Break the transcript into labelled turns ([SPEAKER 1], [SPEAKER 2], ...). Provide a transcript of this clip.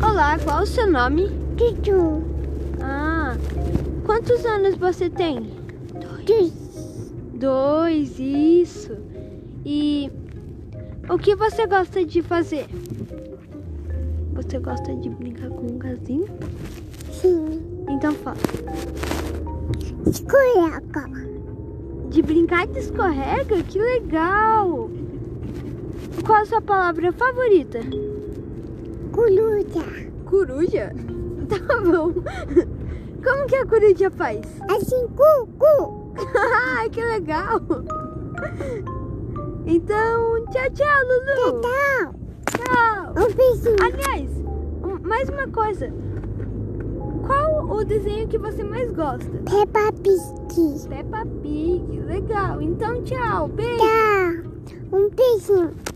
[SPEAKER 1] falar qual o seu nome?
[SPEAKER 2] Tutu.
[SPEAKER 1] Ah, quantos anos você tem?
[SPEAKER 2] Dois.
[SPEAKER 1] Dois, isso. E o que você gosta de fazer? Você gosta de brincar com um gazinho?
[SPEAKER 2] Sim.
[SPEAKER 1] Então fala.
[SPEAKER 2] Escorrega.
[SPEAKER 1] De brincar de escorrega? Que legal! Qual a sua palavra favorita?
[SPEAKER 2] Coruja.
[SPEAKER 1] Coruja? Tá bom. Como que a coruja faz?
[SPEAKER 2] Assim, cu, cu.
[SPEAKER 1] Ah, que legal! Então, tchau, tchau, Lulu!
[SPEAKER 2] Tchau.
[SPEAKER 1] Tchau!
[SPEAKER 2] Um beijinho.
[SPEAKER 1] Aliás, um- mais uma coisa. Qual o desenho que você mais gosta?
[SPEAKER 2] Peppa Pig.
[SPEAKER 1] Peppa Pig, legal. Então, tchau, beijo!
[SPEAKER 2] Tchau. Um beijinho.